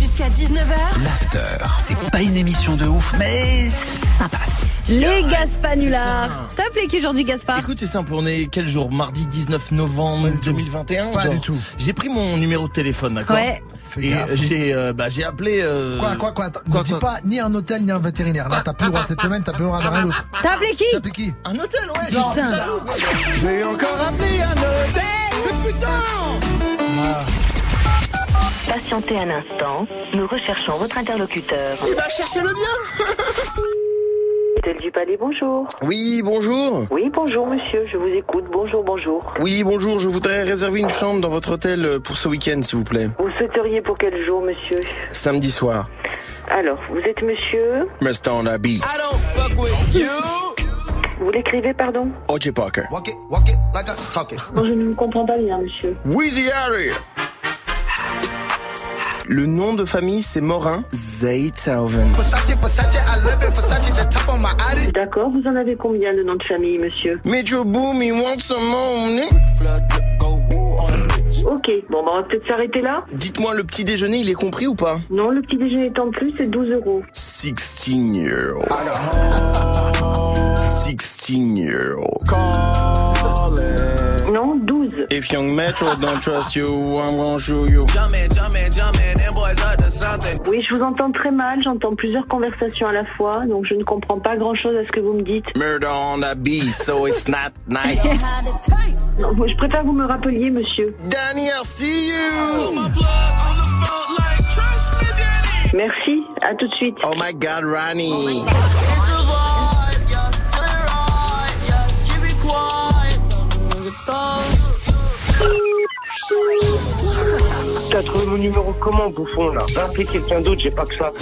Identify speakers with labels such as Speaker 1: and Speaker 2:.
Speaker 1: jusqu'à 19h.
Speaker 2: L'after, c'est pas une émission de ouf, mais ça passe.
Speaker 3: Les Gaspanulars.
Speaker 4: c'est
Speaker 3: Top les qui aujourd'hui, Gaspard
Speaker 4: Écoute, c'est simple, on est quel jour Mardi 19 novembre 2021
Speaker 2: Pas
Speaker 4: genre.
Speaker 2: du tout.
Speaker 4: J'ai pris mon numéro de téléphone, d'accord
Speaker 3: Ouais.
Speaker 2: Fais
Speaker 4: Et
Speaker 2: gaffe.
Speaker 4: j'ai euh, bah, j'ai appelé... euh,
Speaker 2: Quoi, quoi, quoi, attends,
Speaker 4: quoi,
Speaker 2: Ne dis
Speaker 4: quoi
Speaker 2: pas ni un hôtel ni un vétérinaire. Là, t'as plus le droit cette semaine, t'as plus le droit de rien l'autre.
Speaker 3: T'as appelé qui
Speaker 2: T'as plus qui
Speaker 4: Un hôtel, ouais
Speaker 2: Non,
Speaker 4: j'étais
Speaker 3: putain.
Speaker 4: jaloux. J'ai encore appelé un hôtel Putain
Speaker 5: Patientez un instant, nous recherchons votre interlocuteur.
Speaker 4: Il va chercher le bien
Speaker 5: Hôtel du Palais, bonjour.
Speaker 4: Oui, bonjour
Speaker 5: Oui, bonjour monsieur, je vous écoute. Bonjour, bonjour.
Speaker 4: Oui, bonjour, je voudrais réserver une chambre dans votre hôtel euh, pour ce week-end, s'il vous plaît.
Speaker 5: Vous souhaiteriez pour quel jour monsieur
Speaker 4: Samedi soir.
Speaker 5: Alors, vous êtes monsieur
Speaker 4: Mustang Abbey.
Speaker 5: Vous l'écrivez, pardon
Speaker 4: O.J. Parker.
Speaker 6: Walk it, walk it like I talk it.
Speaker 5: Non, je ne vous comprends pas bien monsieur.
Speaker 4: Wheezy Harry. Le nom de famille, c'est Morin Zaytoven.
Speaker 6: Versace, Versace, I love it. Versace, the top on my Audi.
Speaker 5: D'accord, vous en avez combien de noms de famille monsieur
Speaker 4: Metro Boom, he wants some money.
Speaker 5: Ok, bon, bah, on va peut-être s'arrêter là.
Speaker 4: Dites-moi, le petit déjeuner, il est compris ou pas
Speaker 5: Non, le petit déjeuner est en plus, c'est 12 euros.
Speaker 4: 16 year old. 16 year old.
Speaker 5: Non, 12.
Speaker 4: If young Metro don't trust you, I'm gonna show you.
Speaker 5: Oui, je vous entends très mal, j'entends plusieurs conversations à la fois, donc je ne comprends pas grand-chose à ce que vous me dites.
Speaker 4: Murder on the beat, so it's not nice.
Speaker 5: Non, moi, je préfère que vous me rappeliez monsieur.
Speaker 4: Danny, I see you.
Speaker 5: Merci, à tout de suite.
Speaker 4: Oh my God, Ronnie.
Speaker 7: T'as trouvé mon numéro comment, bouffon, là Va appeler quelqu'un d'autre, j'ai pas que ça.